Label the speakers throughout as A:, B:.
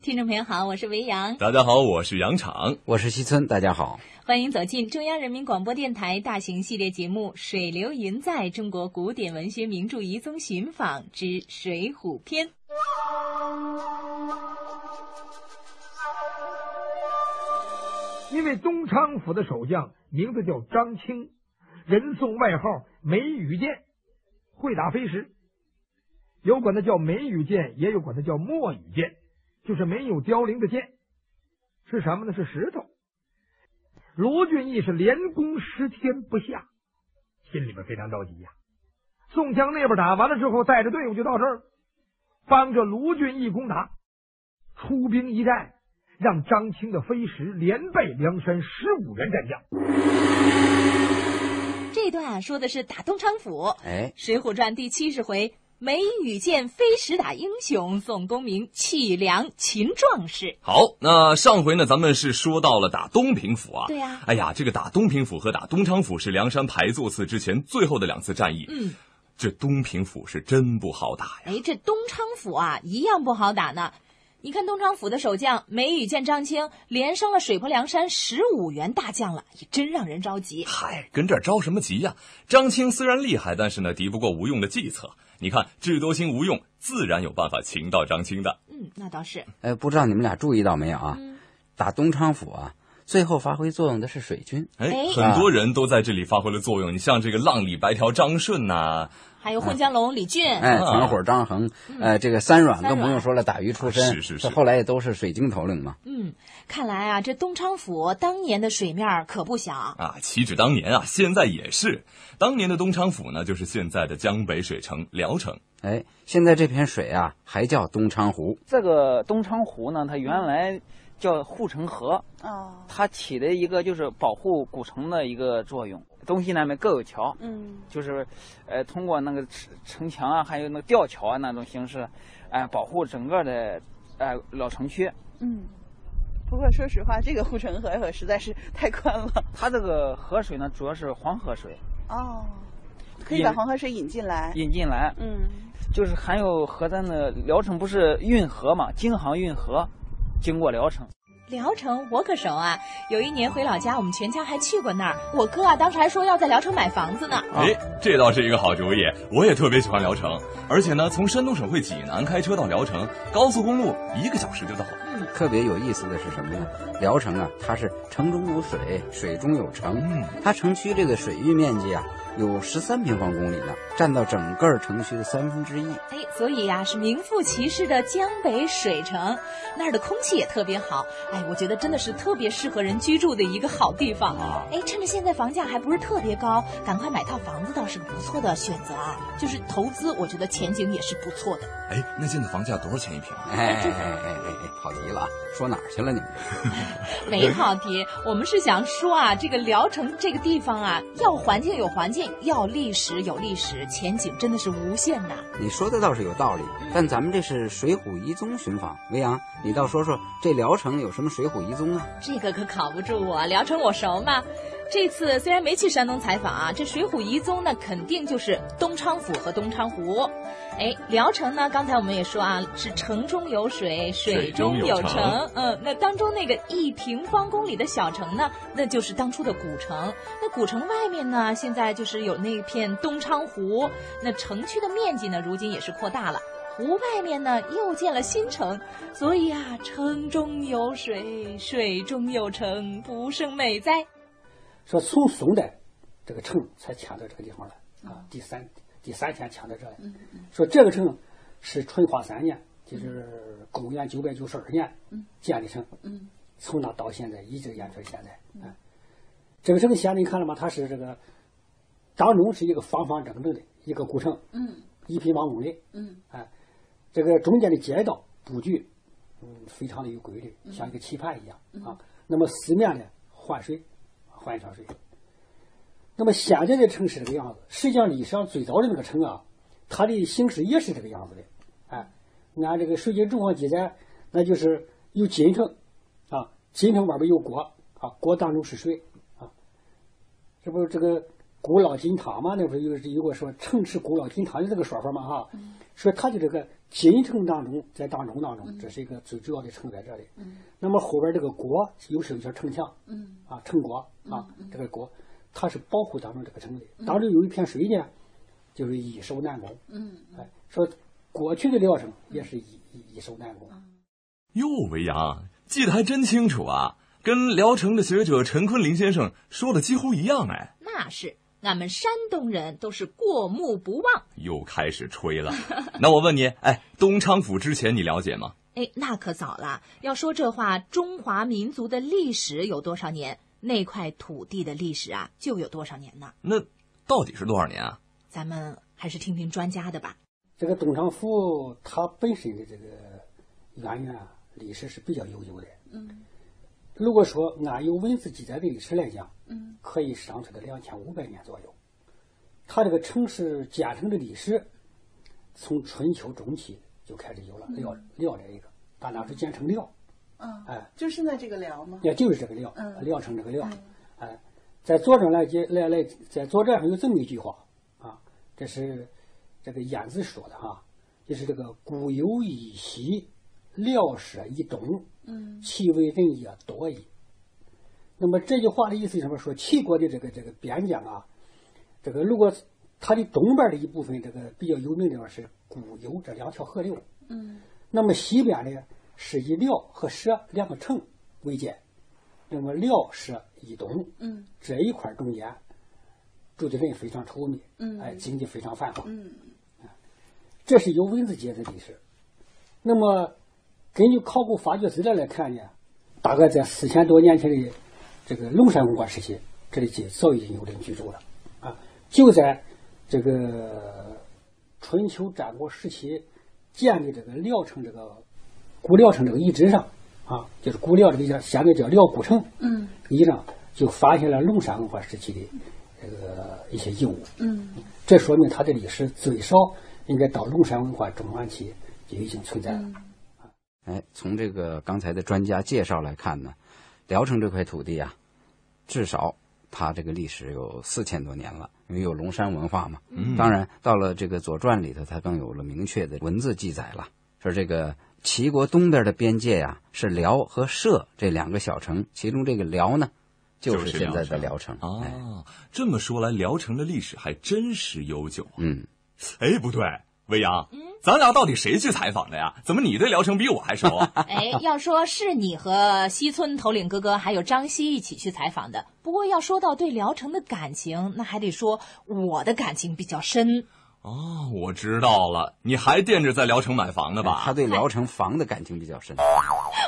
A: 听众朋友好，我是维阳，
B: 大家好，我是杨昶。
C: 我是西村，大家好。
A: 欢迎走进中央人民广播电台大型系列节目《水流云在中国古典文学名著遗踪寻访之水浒篇》。
D: 因为东昌府的守将名字叫张清，人送外号梅雨剑，会打飞石，有管他叫梅雨剑，也有管他叫墨雨剑，就是没有凋零的剑，是什么呢？是石头。卢俊义是连攻十天不下，心里边非常着急呀、宋江那边打完了之后，带着队伍就到这儿了，帮着卢俊义攻打，出兵一战，让张清的飞石连败梁山十五员战将。
A: 这段啊说的是打东昌府，《
C: 哎，
A: 水浒传》第七十回，梅雨剑飞石打英雄，宋公明气量擒壮士。
B: 好，那上回呢，咱们是说到了打东平府啊。
A: 对呀
B: 哎呀，这个打东平府和打东昌府是梁山排座次之前最后的两次战役。
A: 嗯，
B: 这东平府是真不好打呀。
A: 哎，这东昌府啊一样不好打呢。你看东昌府的守将梅雨剑张清连升了水泊梁山十五员大将了，也真让人着急。
B: 嗨，跟这儿着什么急呀、张清虽然厉害，但是呢，敌不过吴用的计策。你看，智多星吴用自然有办法擒到张清的。
A: 嗯，那倒是。
C: 呃，不知道你们俩注意到没有啊？
A: 嗯
C: 打东昌府啊，最后发挥作用的是水军。
B: 哎
A: 哎，
B: 很多人都在这里发挥了作用。你像这个浪里白条张顺呐、
A: 还有混江龙李俊，
C: 哎，
B: 啊
C: 团伙张衡，呃，这个三阮
A: 嗯三
C: 更不
A: 阮
C: 用说了，打鱼出身，
B: 啊是是是
C: 这后来也都是水晶头领嘛。
A: 嗯，看来啊，这东昌府当年的水面儿可不小。
B: 啊，岂止当年啊，现在也是。当年的东昌府呢，就是现在的江北水城聊城。
C: 哎，现在这片水啊，还叫东昌湖。
E: 这个东昌湖呢，它原来叫护城河，
F: 哦，
E: 它起的一个就是保护古城的一个作用。东西南北各有桥，
F: 嗯，
E: 就是，呃，通过那个城城墙啊，还有那个吊桥啊那种形式，哎、保护整个的，呃，老城区。
F: 嗯。不过说实话，这个护城河可实在是太宽了。
E: 它这个河水呢，主要是黄河水
F: 哦，可以把
E: 引
F: 黄河水引进来。
E: 引进来，
F: 嗯，
E: 就是含有河咱的聊城不是运河嘛，京杭运河经过聊城。
A: 聊城我可熟啊，有一年回老家，我们全家还去过那儿。我哥啊，当时还说要在聊城买房子呢。
B: 哎，这倒是一个好主意，我也特别喜欢聊城。而且呢，从山东省会济南开车到聊城，高速公路一个小时就到了。
C: 特别有意思的是什么呢？聊城啊，它是城中有水，水中有城。
B: 嗯，
C: 它城区这个水域面积啊，有十三平方公里呢，占到整个城区的三分之一。
A: 哎，所以呀、是名副其实的江北水城，那儿的空气也特别好。哎，我觉得真的是特别适合人居住的一个好地方。哎，趁着现在房价还不是特别高，赶快买套房子倒是个不错的选择啊。就是投资，我觉得前景也是不错的。
B: 哎，那现在房价多少钱一平？啊
C: 哎哎哎哎哎，跑题了啊！说哪儿去了你们？
A: 没跑题，我们是想说啊，这个聊城这个地方啊，要环境有环境，要历史有历史，前景真的是无限呐。
C: 你说的倒是有道理，但咱们这是《水浒遗踪》寻访。维扬，你倒说说这聊城有什么《水浒遗踪》啊？
A: 这个可考不住我，聊城我熟嘛。这次虽然没去山东采访啊，这《水浒遗踪》呢，肯定就是东昌府和东昌湖。哎，聊城呢，刚才我们也说啊，是城中有水，水中有
B: 水中有城
A: 嗯，那当中那个一平方公里的小城呢，那就是当初的古城。那古城外面呢，现在就是有那片东昌湖。那城区的面积呢，如今也是扩大了。湖外面呢又建了新城，所以啊，城中有水，水中有城，不胜美哉。
G: 说苏洙的这个秤才抢到这个地方来啊，第三第三天抢到这里。说这个秤是淳化三年，就是公元九百九十二年建的秤。从那到现在一直沿着现在啊，这个秤现在你看了吗？它是这个当中是一个方方正正的一个古城，一平方公里。
F: 嗯，
G: 啊，这个中间的街道布局，嗯，非常的有规律，像一个棋盘一样啊。那么四面呢换水，换一条水。那么现在的城是这个样子，实际上历史上最早的那个城啊，它的形式也是这个样子的。哎，按这个《水经注》上记载，那就是有金城，啊，金城外边有郭，啊，郭当中是水，啊，这不这个古老金塔嘛，那不是有有个说称是古老金塔的这个说法嘛哈，说它就这个金城当中，在大中当中，这是一个最主要的城在这里。那么后边这个国有时候叫城墙，啊，城国啊，这个国，它是保护当中这个城的，当中有一片水呢，就是易守难攻。哎，说过去的辽城也是易易易守难攻。
B: 哟，维扬记得还真清楚啊，跟聊城的学者陈坤林先生说的几乎一样哎。
A: 那是俺们山东人都是过目不忘。
B: 又开始吹了，那我问你，哎，东昌府之前你了解吗？
A: 哎，那可早了。要说这话，中华民族的历史有多少年，那块土地的历史啊就有多少年呢？
B: 那到底是多少年啊？
A: 咱们还是听听专家的吧。
G: 这个东昌府它本身的这个渊源啊，历史是比较悠久的。
F: 嗯
G: 如果说按有文字记载的历史来讲，
F: 嗯
G: 可以上溯到两千五百年左右。它这个城市建成的历史，从春秋中期就开始有了辽辽这一个，但那是简称辽，
F: 嗯，
G: 哎，
F: 就是现在这个聊吗？
G: 也就是这个辽
F: 嗯，
G: 辽城这个辽，哎，在左传来接来来，在左传上有这么一句话啊，这是这个晏子说的哈、就是这个古有以西，辽舍以东，
F: 嗯
G: 其为人也多矣。那么这句话的意思是什么？说齐国的这个这个边疆啊，这个如果它的东边的一部分，这个比较有名的地方是古有这两条河流，
F: 嗯
G: 那么西边呢是以辽和舍两个城为界，那么辽舍以东
F: 嗯
G: 这一块中间住的人非常稠密，
F: 嗯
G: 哎，经济非常繁华，
F: 嗯
G: 这是有文字界的历史。那么根据考古发掘资料来看呢，大概在四千多年前的这个龙山文化时期，这里就早已经有人居住了啊，就在这个春秋战国时期建的这个聊城这个古聊城这个遗址上啊，就是古聊这个叫现在叫辽古城
F: 嗯
G: 遗址上，就发现了龙山文化时期的这个一些遗物。
F: 嗯
G: 这说明它的历史最少应该到龙山文化中晚期就已经存在了。
C: 哎，从这个刚才的专家介绍来看呢，聊城这块土地啊，至少它这个历史有四千多年了，因为有龙山文化嘛。
B: 嗯
C: 当然，到了这个《左传》里头，它更有了明确的文字记载了，说这个齐国东边的边界呀、是辽和社这两个小城，其中这个辽呢，就
B: 就是
C: 是现在的
B: 聊
C: 聊城。哎，
B: 啊，这么说来，聊城的历史还真是悠久啊。
C: 嗯，
B: 哎，不对，魏阳，咱俩到底谁去采访的呀？怎么你对聊城比我还熟啊？
A: 哎，要说是你和西村头领哥哥还有张希一起去采访的，不过要说到对聊城的感情，那还得说我的感情比较深。
B: 哦，我知道了，你还惦着在聊城买房呢吧？
C: 哎他对聊城房的感情比较深。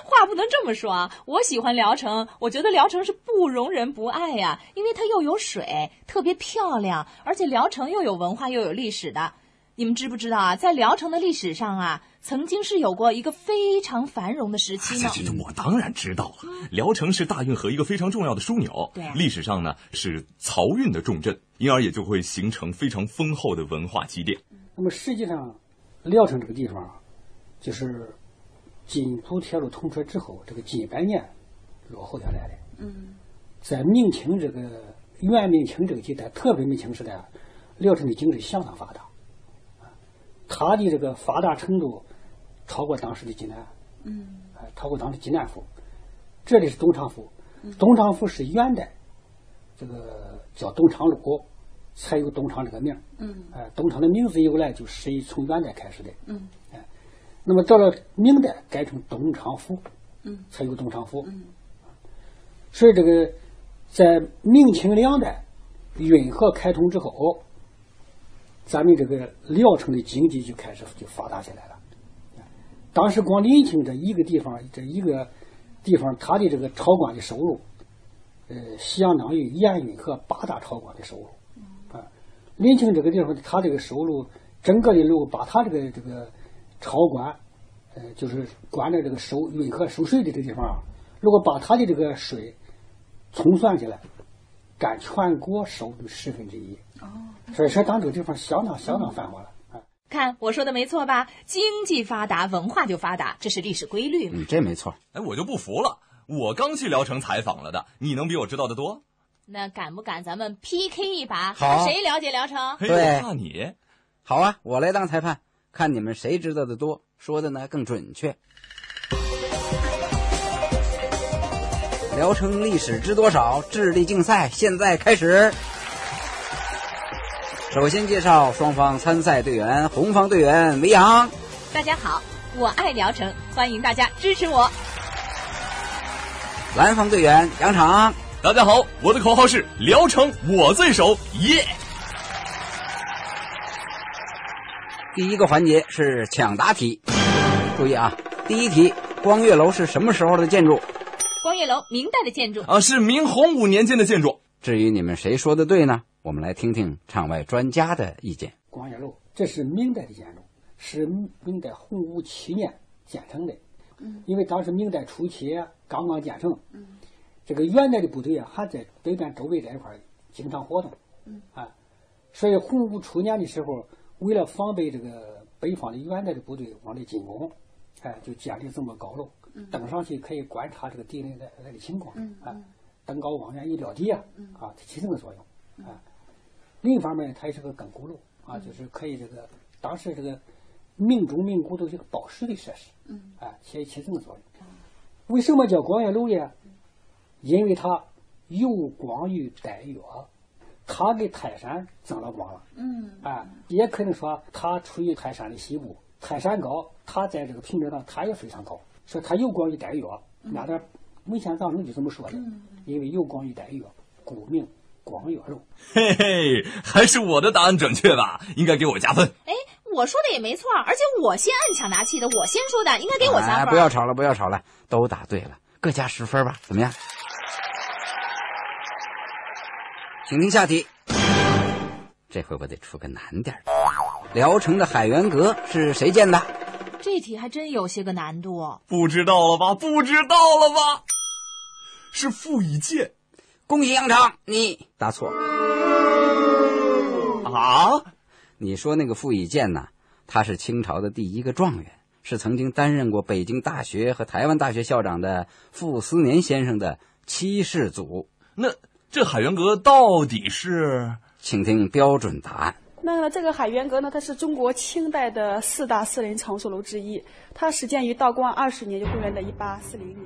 A: 话不能这么说啊！我喜欢聊城，我觉得聊城是不容人不爱呀、因为它又有水，特别漂亮，而且聊城又有文化又有历史的。你们知不知道啊？在聊城的历史上啊，曾经是有过一个非常繁荣的时期呢
B: 这。这我当然知道
C: 嗯
B: 了，聊城是大运河一个非常重要的枢纽。
A: 对啊
B: 历史上呢是漕运的重镇，因而也就会形成非常丰厚的文化积淀。
G: 那么实际上，聊城这个地方啊，就是京都铁路通车之后，这个近百年落后下来的。
F: 嗯
G: 在明清这个元明清这个时代，特别明清时代啊，聊城的经济相当发达，啊它的这个发达程度超过当时的济南。
F: 嗯
G: 哎，超过当时济南府，这里是东昌府，
F: 嗯
G: 东昌府是元代这个叫东昌路，才有东昌这个名儿。
F: 嗯
G: 哎，东昌的名字由来就是以从元代开始的。哎
F: 嗯
G: 那么到了明代改成东昌府，
F: 嗯，
G: 才有东昌府。
F: 嗯，
G: 所以这个在明清两代运河开通之后，咱们这个聊城的经济就开始就发达起来了。当时光临清这一个地方，这一个地方，它的这个朝官的收入，呃，相当于盐运河八大朝官的收入。啊，临清这个地方，它这个收入，整个的如果把它这个这个朝官，呃，就是管着这个收运河收税的这个地方啊，如果把它的这个税重算起来，占全国收入十分之一。哦，所以说，当这个地方相当相当繁华了。啊。
A: 看我说的没错吧？经济发达，文化就发达，这是历史规律嘛。
C: 嗯，这没错。
B: 哎，我就不服了，我刚去聊城采访了的，你能比我知道的多？
A: 那敢不敢咱们 PK 一把？
C: 好
A: 看谁了解聊城？
B: 嘿，
C: 对
B: 我怕你，
C: 好啊，我来当裁判，看你们谁知道的多，说的呢更准确。聊城历史知多少？智力竞赛现在开始。首先介绍双方参赛队员，红方队员维昂，
A: 大家好，我爱聊城，欢迎大家支持我。
C: 蓝方队员杨昶。
B: 大家好，我的口号是聊城我最熟，耶、
C: 第一个环节是抢答题，注意啊，第一题，光月楼是什么时候的建筑？
A: 光月楼，明代的建筑。
B: 啊，是明洪武年间的建筑。
C: 至于你们谁说的对呢？我们来听听场外专家的意见。
G: 光岳楼，这是明代的建筑，是明代洪武七年建成的。嗯，因为当时明代初期刚刚建成，嗯，这个元代的部队啊还在北边周围这一块儿经常活动，嗯啊，所以洪武初年的时候，为了防备这个北方的元代的部队往里进攻，哎，就建立这么高楼，登上去可以观察这个敌人的来的情况，啊，登高望远一撂地啊，啊，它起这个作用。啊另一方面，它也是个亘古楼啊，就是可以这个当时这个命中命古都是个保湿的设施，嗯，啊，起起这个作用。为什么叫光月楼呢？因为它有光于带月，它给泰山增了光了，嗯，啊，也可能说它处于泰山的西部，泰山高，它在这个平面上它也非常高，所以它有光于带月，那点文献当中就这么说的，因为有光于带月，故名光月楼。
B: 嘿嘿，还是我的答案准确吧？应该给我加分。
A: 哎，我说的也没错，而且我先按抢答器的，我先说的，应该给我加
C: 哎
A: 分。
C: 不要吵了，不要吵了，都答对了，各加十分吧，怎么样？请听下题，这回我得出个难点儿的。聊城的海源阁是谁建的？
A: 这题还真有些个难度哦。
B: 不知道了吧？不知道了吧？是傅以健
C: 恭喜杨昶，你答错。
B: 啊！
C: 你说那个傅以健呐，他是清朝的第一个状元，是曾经担任过北京大学和台湾大学校长的傅斯年先生的七世祖。
B: 那这海源阁到底是？
C: 请听标准答案。
H: 那这个海源阁呢，它是中国清代的四大私人藏书楼之一，它始建于道光二十年，就公元的一八四零年。